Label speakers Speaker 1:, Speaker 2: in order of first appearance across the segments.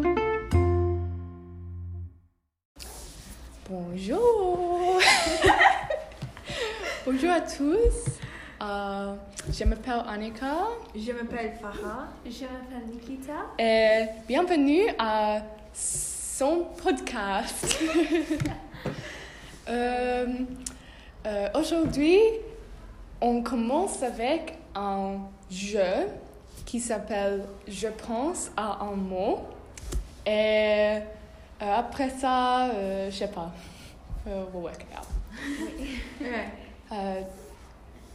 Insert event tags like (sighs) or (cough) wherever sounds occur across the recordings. Speaker 1: (laughs) à tous. Euh, je m'appelle Annika
Speaker 2: Je m'appelle Farah.
Speaker 3: Je m'appelle Nikita.
Speaker 1: et bienvenue à son podcast. (laughs) Euh, euh, Aujourd'hui, on commence avec un jeu qui s'appelle Je pense à un mot. Et euh, après ça, euh, je sais pas. Euh, we'll work it out.
Speaker 2: Okay.
Speaker 1: Euh,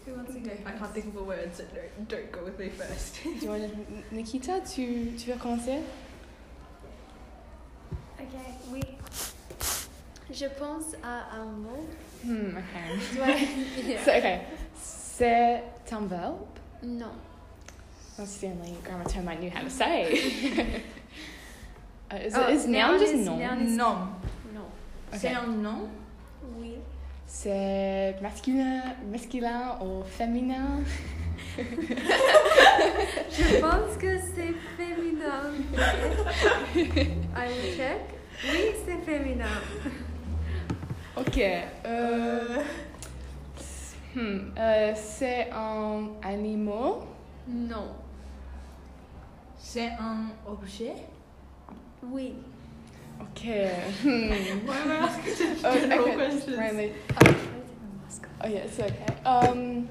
Speaker 3: Who wants to go
Speaker 2: I can't think of the words, so don't, don't go with me first.
Speaker 1: tu vois, Nikita, tu, tu veux commencer?
Speaker 3: Ok, oui. Je pense à un (laughs) mot.
Speaker 1: Hmm, ok.
Speaker 3: Tu dois le dire.
Speaker 1: (laughs) So, okay. C'est un verbe.
Speaker 3: Non.
Speaker 1: That's the only grammar term I knew how to
Speaker 3: (laughs)
Speaker 1: say. uh, is,
Speaker 3: Oh,
Speaker 1: it, is noun
Speaker 3: noun
Speaker 1: just
Speaker 3: is
Speaker 1: nom?
Speaker 3: noun.
Speaker 2: Nom.
Speaker 3: Non.
Speaker 2: C'est
Speaker 1: Okay.
Speaker 2: un nom.
Speaker 3: Oui.
Speaker 1: C'est masculin, masculin ou féminin?
Speaker 3: Je pense que c'est (laughs) féminin. I will check. Oui, c'est féminin.
Speaker 1: Ok. Euh, hmm, euh, c'est un animal.
Speaker 3: Non.
Speaker 2: C'est un objet.
Speaker 3: Oui.
Speaker 1: Ok.
Speaker 3: (laughs)
Speaker 2: (laughs)
Speaker 1: Hmm.
Speaker 2: Why am I asking such
Speaker 1: Oh,
Speaker 2: general
Speaker 1: okay.
Speaker 2: questions?
Speaker 1: Really.
Speaker 3: Oh,
Speaker 1: Oh, yeah, it's okay. Um,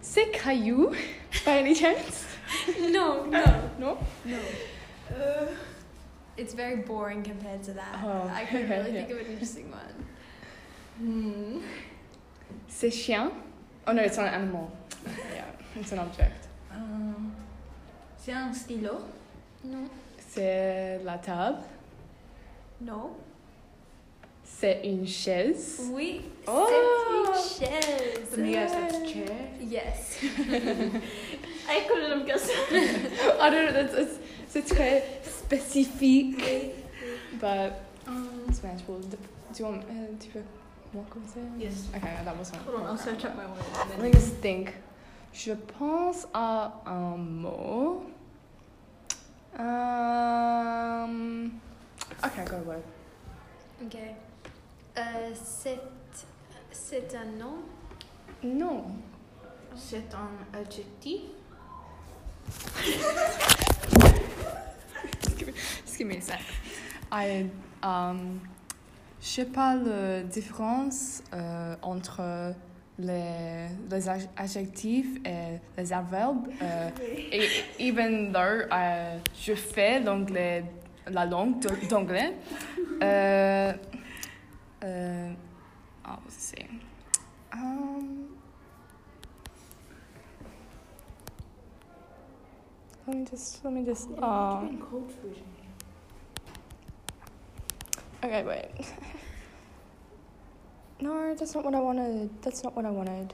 Speaker 1: c'est caillou, by any chance?
Speaker 3: non, non,
Speaker 1: No?
Speaker 3: non.
Speaker 2: Euh,
Speaker 3: It's very boring compared to that.
Speaker 1: Oh,
Speaker 3: I couldn't really
Speaker 1: yeah.
Speaker 3: think (laughs) of an interesting one.
Speaker 2: hmm.
Speaker 1: C'est chien. Oh no, it's not an animal. Yeah, it's an object.
Speaker 2: Um, c'est un stylo.
Speaker 3: Non.
Speaker 1: C'est la table.
Speaker 3: Non.
Speaker 1: C'est une chaise.
Speaker 3: Oui.
Speaker 1: Oh.
Speaker 3: C'est une chaise.
Speaker 2: Let me guess, that's chair.
Speaker 3: Yes. (laughs) I couldn't have guessed.
Speaker 1: (laughs) I don't know, that's, it's, c'est très spécifique. But
Speaker 2: Um,
Speaker 1: it's manageable. Do you want, uh, do you want to
Speaker 2: Yes.
Speaker 1: Okay, that was one.
Speaker 2: Hold on, I'll search up my
Speaker 1: Let me
Speaker 2: words.
Speaker 1: just think. Je pense à un mot. Um, okay, go word.
Speaker 3: Ok. Euh, c'est c'est un nom.
Speaker 1: Non.
Speaker 2: C'est un adjectif.
Speaker 1: Just give me a sec. I, um, je sais pas la différence euh, entre les, les ad- adjectifs et les adverbes. euh, et, even though euh, je fais l'anglais, la langue d'o- d'anglais. Euh, euh, ah, let's see. Um, let me just, let me just,
Speaker 2: Ah.
Speaker 1: um,
Speaker 2: cold food.
Speaker 1: Okay, wait. (laughs) No, that's not what I wanted. That's not what I wanted.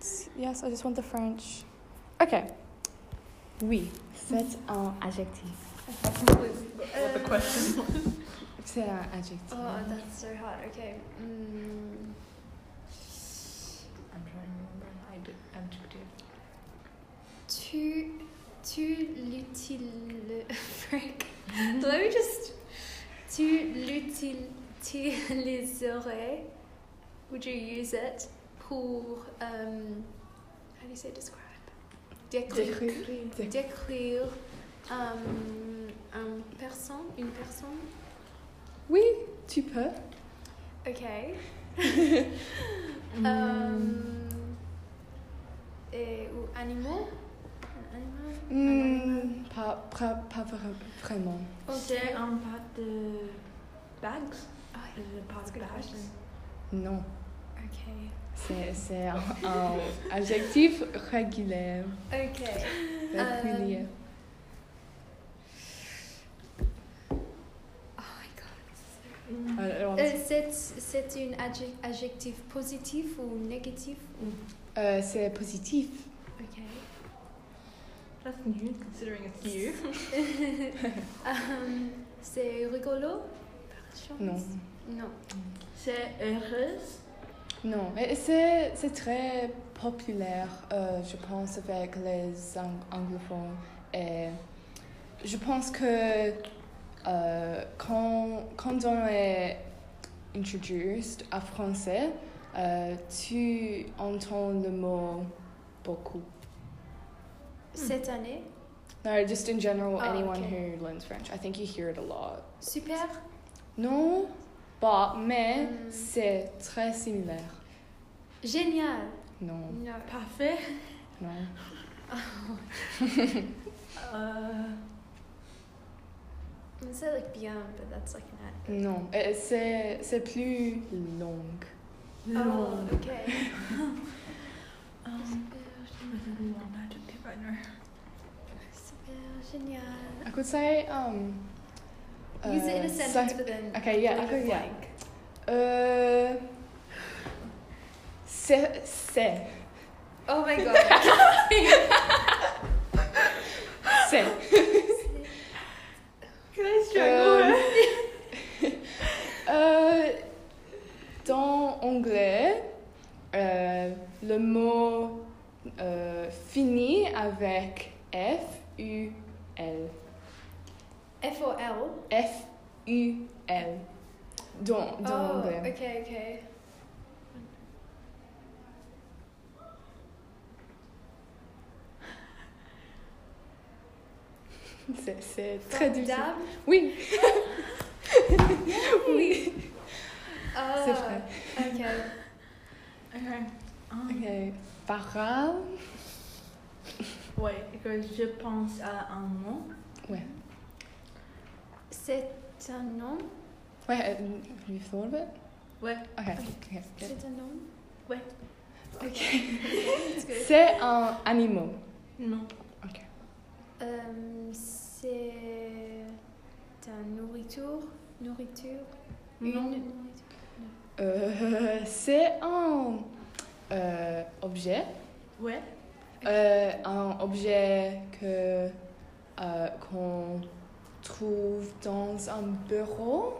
Speaker 1: S- Yes, I just want the French. Okay. Oui. C'est un adjectif.
Speaker 2: What the
Speaker 3: Euh,
Speaker 2: question was.
Speaker 1: C'est un adjectif.
Speaker 3: Oh, that's so hard. Okay. Mm,
Speaker 2: I'm trying to remember an ad- adjective.
Speaker 3: tu tu (laughs) l'utilises. Frank. Let me just. Tu l'util- l'utiliserais. Would you use it pour um, how do you say describe? Décrire.
Speaker 1: Décrire.
Speaker 3: Décrire um, un personne, une personne.
Speaker 1: Oui, tu peux.
Speaker 3: Ok.
Speaker 1: Hmm.
Speaker 2: Mm.
Speaker 3: Um, et ou animaux. Un animal. Un animal.
Speaker 1: Hmm, pas, pas, pas vra- vraiment.
Speaker 2: C'est un pas de bags.
Speaker 3: Ah ouais.
Speaker 2: Euh, pas
Speaker 3: That's a
Speaker 2: de
Speaker 3: good
Speaker 2: bags.
Speaker 3: question.
Speaker 1: Non.
Speaker 3: Ok.
Speaker 1: C'est c'est un, un adjectif régulier.
Speaker 3: Ok. Euh,
Speaker 1: Régulier.
Speaker 3: Oh my god.
Speaker 2: Mm.
Speaker 1: Alors,
Speaker 3: Euh, c'est c'est un adje- adjectif positif ou négatif ou...
Speaker 1: euh, c'est positif.
Speaker 3: Ok.
Speaker 2: That's new considering it's new.
Speaker 3: Um, c'est rigolo par chance?
Speaker 1: Non. Hmm.
Speaker 3: Non.
Speaker 2: C'est heureuse.
Speaker 1: Non, mais c'est c'est très populaire, euh, je pense, avec les ang- anglophones. Et je pense que euh, quand, quand on est introduced à français, euh, tu entends le mot beaucoup.
Speaker 3: Cette année.
Speaker 1: No, just in general,
Speaker 3: Oh,
Speaker 1: anyone
Speaker 3: okay.
Speaker 1: who learns French, I think you hear it a lot.
Speaker 3: Super.
Speaker 1: Non, pas, mais
Speaker 3: Hmm.
Speaker 1: c'est très similaire.
Speaker 3: Génial.
Speaker 1: Non,
Speaker 3: No.
Speaker 2: Parfait.
Speaker 1: non.
Speaker 2: Euh,
Speaker 3: I say like bien, but that's like not.
Speaker 1: Non, et Euh, c'est c'est plus long.
Speaker 2: non.
Speaker 3: Oh, okay.
Speaker 2: Um, non, I don't think I know.
Speaker 3: Super. Génial.
Speaker 1: I could say um.
Speaker 3: Use it in
Speaker 1: uh,
Speaker 3: a
Speaker 1: so-
Speaker 3: sentence, but then.
Speaker 1: okay, yeah, I
Speaker 3: leave it
Speaker 1: could, yeah.
Speaker 3: blank.
Speaker 1: Euh, c'est c'est
Speaker 3: Oh my god. (laughs)
Speaker 1: c'est.
Speaker 2: (laughs) Can I struggle?
Speaker 1: Euh, (laughs) euh, dans anglais, euh, le mot euh, finit avec F U L.
Speaker 3: F O L.
Speaker 1: F U L. Dans dans
Speaker 3: Oh,
Speaker 1: anglais.
Speaker 3: okay, okay.
Speaker 1: C'est- C'est très difficile.
Speaker 3: Formidable. (laughs)
Speaker 1: Oui. oui.
Speaker 3: Ah,
Speaker 1: C'est vrai.
Speaker 3: Okay.
Speaker 2: Okay. Um,
Speaker 1: Ok. Para.
Speaker 2: Ouais, que je pense à un nom.
Speaker 1: Ouais.
Speaker 3: C'est un nom.
Speaker 1: Ouais. euh, Have you thought of it?
Speaker 2: Ouais.
Speaker 1: Ok. ok, ok.
Speaker 3: C'est un nom.
Speaker 2: Ouais.
Speaker 3: Ok. That's good.
Speaker 1: (laughs) C'est un animal.
Speaker 2: Non.
Speaker 1: Ok.
Speaker 3: Euh, c'est un nourriture. Nourriture.
Speaker 2: Non.
Speaker 3: Une
Speaker 1: (laughs)
Speaker 3: nourriture.
Speaker 1: Euh, c'est un euh, objet.
Speaker 2: Ouais.
Speaker 1: Euh, un objet que euh, qu'on trouve dans un bureau.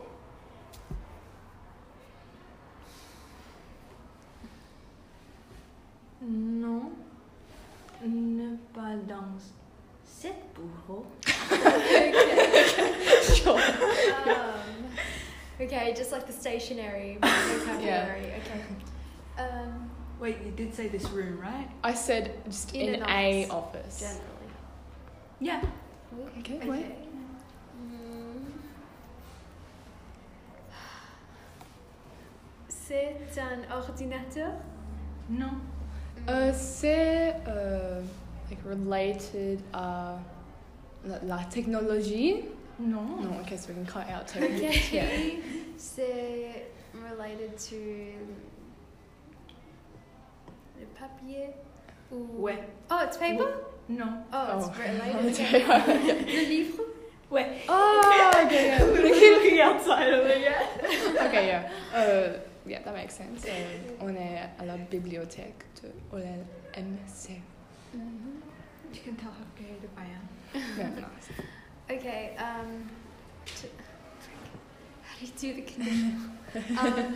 Speaker 2: Non. Ne pas dans cette bureau.
Speaker 3: Okay.
Speaker 1: Sure.
Speaker 3: um, okay, just like
Speaker 1: (laughs)
Speaker 3: the stationary vocabulary. Okay. Um,
Speaker 2: Wait, you did say this room, right?
Speaker 1: I said just
Speaker 3: In
Speaker 1: in,
Speaker 3: an
Speaker 1: a
Speaker 3: office.
Speaker 1: office.
Speaker 3: generally.
Speaker 2: Yeah.
Speaker 1: Okay.
Speaker 3: Okay. (sighs)
Speaker 1: Wait.
Speaker 3: Mm. C'est un ordinateur.
Speaker 2: Non.
Speaker 3: Oh,
Speaker 1: Euh, c'est euh, like related à la, la technologie.
Speaker 2: Non.
Speaker 1: Non, ok, so we can cut out technology. Yeah.
Speaker 3: (laughs) Okay. C'est related to le papier ou
Speaker 2: Ouais.
Speaker 3: Oh, it's paper.
Speaker 2: Non.
Speaker 3: Oh, it's
Speaker 1: Oh.
Speaker 3: (laughs) related.
Speaker 1: Okay.
Speaker 3: okay. (laughs) le livre.
Speaker 2: Ouais.
Speaker 1: Oh, okay, yeah.
Speaker 2: (laughs) looking outside of it.
Speaker 3: Oh, Yeah.
Speaker 1: Okay, yeah. Uh, yeah, that makes sense. Euh, on est à la bibliothèque de OLMC.
Speaker 3: Mhm.
Speaker 2: You can tell how creative I am.
Speaker 1: Yeah, nice.
Speaker 3: Okay. Um, t- how do you do the conditional?
Speaker 1: (laughs)
Speaker 3: um,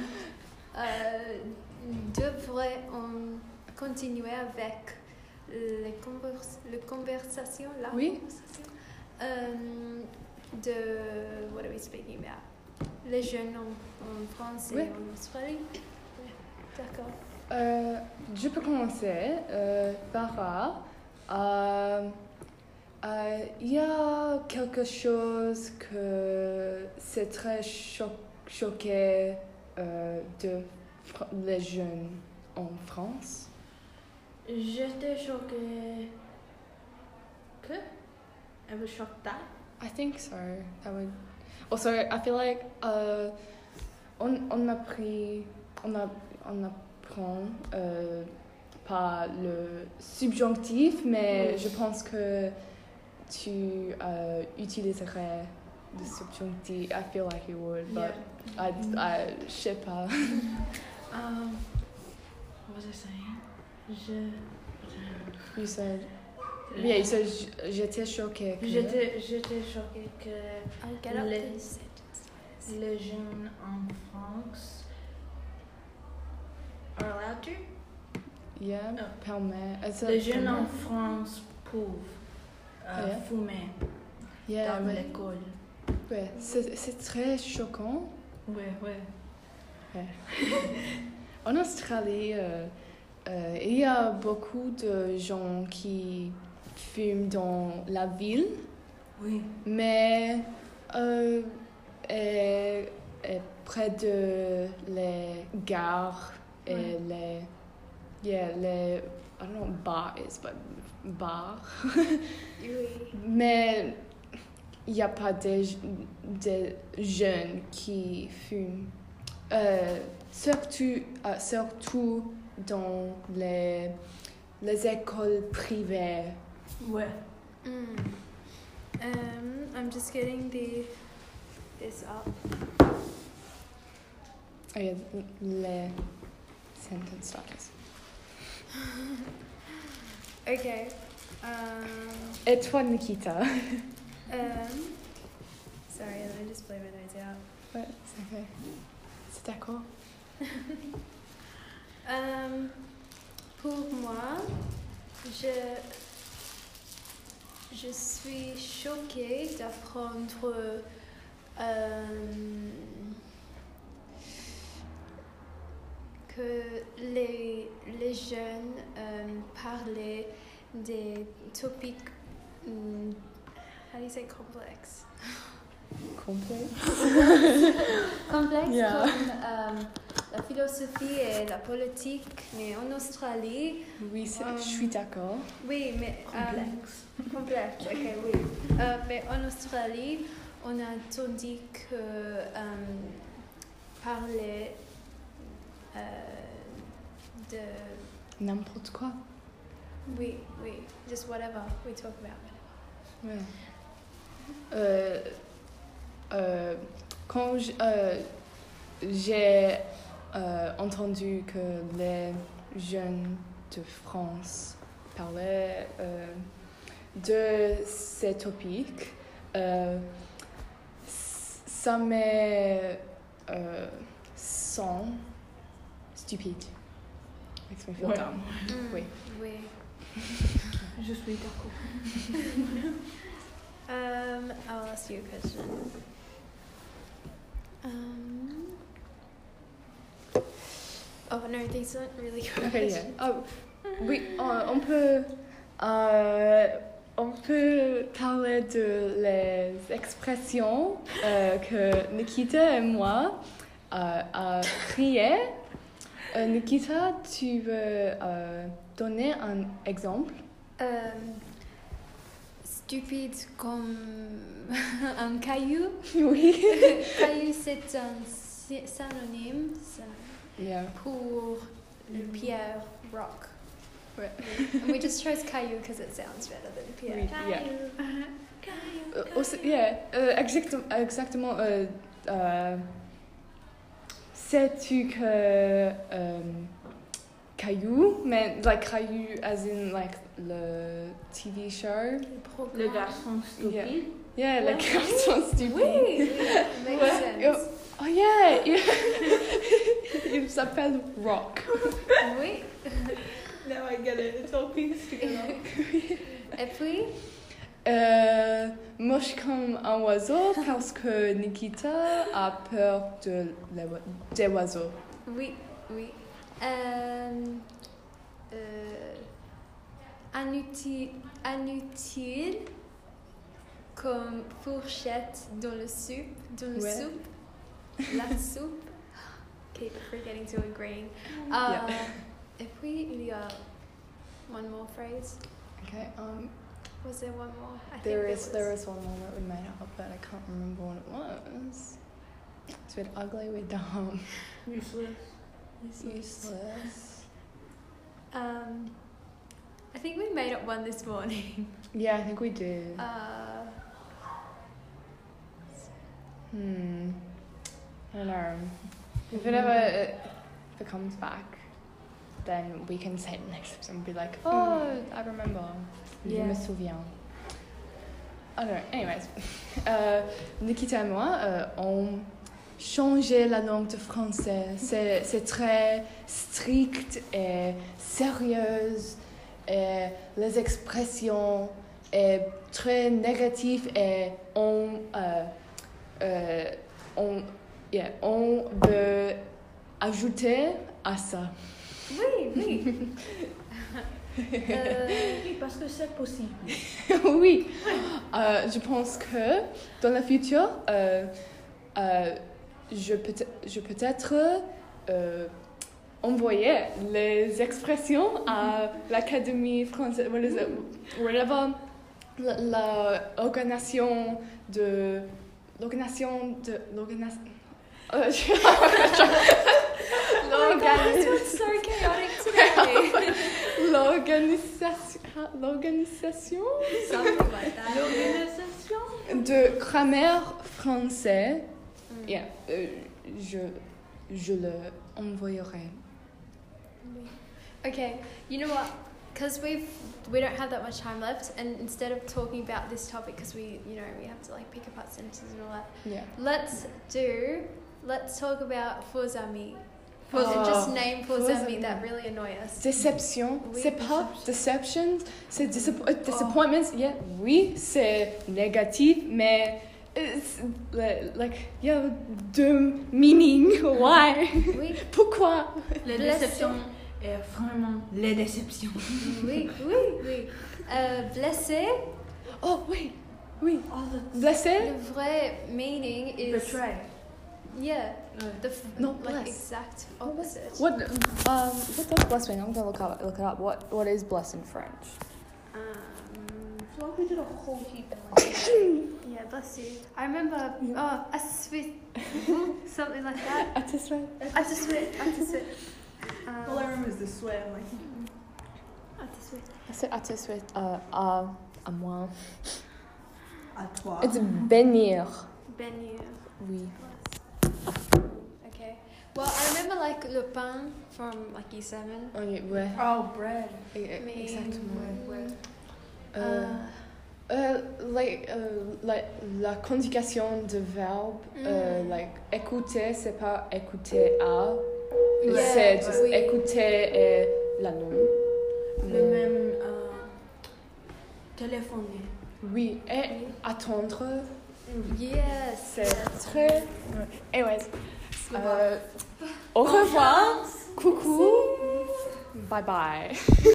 Speaker 3: euh, Devrait-on continuer avec les convers les conversations là?
Speaker 1: Oui.
Speaker 3: Um, de what are we speaking about? Les jeunes en, en France
Speaker 1: Oui.
Speaker 3: et en Australie. Ouais, D'accord.
Speaker 1: Euh, je peux commencer euh, par euh, euh, il y a quelque chose que c'est très cho- choqué euh, de Fr- les jeunes en France.
Speaker 2: J'étais choquée. Que? I was shocked that.
Speaker 1: I think so. I would. Also, I feel like uh, on on appris on a on apprend euh, pas le subjonctif, mais
Speaker 2: Mm.
Speaker 1: je pense que tu euh, utiliserais le subjonctif. I feel like you would, but I I je sais pas. (laughs)
Speaker 2: Um, what was I saying? Je.
Speaker 1: You said yeah. You said j- j'étais choquée. que-
Speaker 2: J'étais, j'étais choquée que
Speaker 3: I'll get up
Speaker 2: Les-
Speaker 3: to the sentence.
Speaker 2: les jeunes en France are allowed to.
Speaker 1: Yeah.
Speaker 2: Oh.
Speaker 1: Permet. It's a
Speaker 2: Les jeunes en
Speaker 1: permet.
Speaker 2: France peuvent euh,
Speaker 1: Yeah.
Speaker 2: fumer
Speaker 1: Yeah.
Speaker 2: dans
Speaker 1: ouais.
Speaker 2: l'école.
Speaker 1: Ouais. C'est c'est très choquant.
Speaker 2: Ouais, ouais.
Speaker 1: Ouais. En Australie, euh, euh, il y a beaucoup de gens qui fument dans la ville,
Speaker 2: Oui.
Speaker 1: mais euh, et- et près de les gares et
Speaker 2: Ouais.
Speaker 1: les, yeah, les I don't know what bar is, but bar. Mais il n'y a pas de, de jeunes qui fument. Euh, surtout, euh, surtout dans les, les écoles privées.
Speaker 2: Ouais.
Speaker 3: Mm. Um, I'm just getting the this up.
Speaker 1: Euh, les sentence starters.
Speaker 3: Okay. Um,
Speaker 1: Et toi, Nikita
Speaker 3: um, sorry, let me just play my noise out.
Speaker 1: Ouais, ça fait. C'est d'accord
Speaker 3: Um, pour moi, je, je suis choquée d'apprendre euh, que les, les jeunes euh, parlaient des topics, hmm, how do you say complex?
Speaker 1: Complet
Speaker 3: complexe
Speaker 1: Yeah.
Speaker 3: comme euh, la philosophie et la politique, mais en Australie,
Speaker 1: Oui, c'est-
Speaker 3: Euh,
Speaker 1: je suis d'accord.
Speaker 3: oui, mais euh, complexe, ok, oui. Euh, mais en Australie, on a entendu que euh, parler euh, de,
Speaker 1: N'importe quoi.
Speaker 3: oui, oui, just whatever we talk about.
Speaker 1: Ouais. Euh, euh, quand j- euh, j'ai euh, entendu que les jeunes de France parlaient euh, de ces topics, euh, s- ça m'est euh, sans stupide. Makes me feel
Speaker 2: Ouais.
Speaker 1: dumb.
Speaker 3: Mm,
Speaker 1: Oui.
Speaker 3: Oui.
Speaker 2: Je suis d'accord.
Speaker 3: Um, I'll ask you a question. Um, oh no, these aren't really (laughs) good
Speaker 1: Okay, yeah.
Speaker 3: questions.
Speaker 1: (laughs) Oh, oui, on, on peut, euh, on peut parler de les expressions euh, que Nikita et moi euh, a créées. Euh, Nikita, tu veux euh, donner un exemple
Speaker 3: Um, stupide (laughs) comme un
Speaker 1: (laughs)
Speaker 3: um, caillou.
Speaker 1: Oui.
Speaker 3: caillou, c'est un sy- synonyme ça,
Speaker 1: Yeah.
Speaker 3: pour le
Speaker 2: Mm.
Speaker 3: pierre rock.
Speaker 1: Ouais.
Speaker 3: and we just chose caillou because it sounds better than pierre.
Speaker 1: Oui. Yeah.
Speaker 2: Caillou,
Speaker 1: Euh, aussi-
Speaker 2: caillou.
Speaker 1: yeah, euh, exactem- exactement. euh, euh, Sais-tu que euh, Caillou, mais like Caillou as in like le TV show?
Speaker 3: Le programme.
Speaker 2: Le garçon stupide.
Speaker 1: Yeah. Yeah, like (laughs) cartoon stupid.
Speaker 3: Oui, oui, it makes
Speaker 1: Ouais.
Speaker 3: sense.
Speaker 1: Oh yeah, il, il s'appelle Rock. (laughs)
Speaker 3: Oui.
Speaker 2: Now I get it. It's all pieced (laughs)
Speaker 3: Et puis,
Speaker 1: Euh, moche comme un oiseau parce que Nikita a peur de l'oi- des oiseaux.
Speaker 3: oui, oui. Euh, euh, inutile, inutile comme fourchette dans le soupe, dans le
Speaker 1: Ouais.
Speaker 3: soupe,
Speaker 1: (laughs)
Speaker 3: la soupe. Keep forgetting to agreeing. Uh,
Speaker 1: Yeah.
Speaker 3: (laughs) Et puis, il y a uh, one more phrase.
Speaker 1: Okay, um,
Speaker 3: Was there one more? I
Speaker 1: There
Speaker 3: there
Speaker 1: is there
Speaker 3: was.
Speaker 1: is one more that we made up, but I can't remember what it was. It's a bit ugly. We're dumb.
Speaker 2: Useless.
Speaker 1: Mm. Useless.
Speaker 3: Um, I think we made up one
Speaker 1: (laughs)
Speaker 3: this morning.
Speaker 1: Yeah, I think we do.
Speaker 3: Uh,
Speaker 1: hmm. I don't know.
Speaker 3: hmm.
Speaker 1: If it ever uh, if it comes back, then we can say it next episode and be like, oh, I remember. Je me
Speaker 2: Yeah.
Speaker 1: souviens. Alors, anyways, (laughs) euh, Nikita et moi, euh, on changé la langue de français. C'est c'est très strict et sérieuse. Et les expressions sont très négatives et on, euh, euh, on, yeah, on veut ajouter à ça.
Speaker 3: Oui, (laughs) oui. Uh, Euh,
Speaker 2: Oui, parce que c'est (laughs) possible.
Speaker 1: (laughs) oui, Euh, je pense que dans le futur, euh, euh, je peux je peut-être euh, envoyer les expressions à l'Académie française, ou les- ou là-bas, la- l'organisation de l'organisation de l'organisation. Euh, (laughs) je-
Speaker 3: oh my god,
Speaker 1: L'organi-
Speaker 3: this was so chaotic today.
Speaker 1: l'organisation l'organisation
Speaker 3: (laughs) Something like that.
Speaker 2: L'organisation
Speaker 1: de grammaire français Yeah, euh, je, je le envoyerai.
Speaker 3: Okay, you know what? Because we've we don't have that much time left, and instead of talking about this topic, because we you know we have to like pick apart sentences and all that,
Speaker 1: Yeah.
Speaker 3: let's do let's talk about Fuzami.
Speaker 1: Fuzami.
Speaker 3: And just name Fuzami
Speaker 1: Fuzami.
Speaker 3: that really annoy us.
Speaker 1: Déception,
Speaker 3: Oui,
Speaker 1: c'est pas deception, c'est disappo- euh, disappointments. Yeah, oui, c'est négatif, mais euh, c'est- li- like il y a deux (laughs) meanings. Why?
Speaker 3: we
Speaker 1: Pourquoi?
Speaker 2: Les
Speaker 3: Blessure.
Speaker 2: déceptions. Et vraiment, les déceptions.
Speaker 3: we we we uh, blessé.
Speaker 1: Oh oui, oui.
Speaker 2: Oh, the
Speaker 1: Blessé?
Speaker 3: The vrai meaning is
Speaker 2: betray.
Speaker 3: yeah
Speaker 2: Ouais.
Speaker 3: the f-
Speaker 1: No,
Speaker 3: like
Speaker 1: bless.
Speaker 3: exact
Speaker 1: No, bless.
Speaker 3: opposite.
Speaker 1: What um what does bless mean? I'm gonna look up look it up. What what is bless in French?
Speaker 3: Um,
Speaker 2: So we did a whole heap.
Speaker 1: (coughs)
Speaker 3: Yeah, bless you. I remember, oh,
Speaker 1: (laughs)
Speaker 3: a sweet, something like that.
Speaker 1: I just read.
Speaker 3: I just sweet, I just sweet.
Speaker 2: All I
Speaker 3: Um,
Speaker 2: remember is the swear. I'm like,
Speaker 3: I just sweet.
Speaker 1: C'est à te souhaiter euh, à, à moi.
Speaker 2: à toi.
Speaker 1: It's bénir.
Speaker 3: Benue.
Speaker 1: Oui.
Speaker 3: Okay. Well, I remember like Le Pain from like E Year 7.
Speaker 1: Oui, ouais.
Speaker 2: Oh, bread.
Speaker 1: E- e-
Speaker 3: Mais-
Speaker 1: Exactement.
Speaker 2: Ouais, ouais.
Speaker 1: Euh,
Speaker 3: Uh,
Speaker 1: euh, like, euh, like, la conjugation de verbe, euh,
Speaker 3: Mm.
Speaker 1: like, écouter, c'est pas écouter à,
Speaker 3: uh, Yeah,
Speaker 1: c'est juste
Speaker 3: oui.
Speaker 1: écouter et la nom.
Speaker 2: Le même. Euh, téléphoner.
Speaker 1: Oui, et attendre,
Speaker 2: Mm.
Speaker 3: yes.
Speaker 1: c'est
Speaker 3: yes.
Speaker 1: très. Et ouais. Euh, au revoir, coucou, bye bye.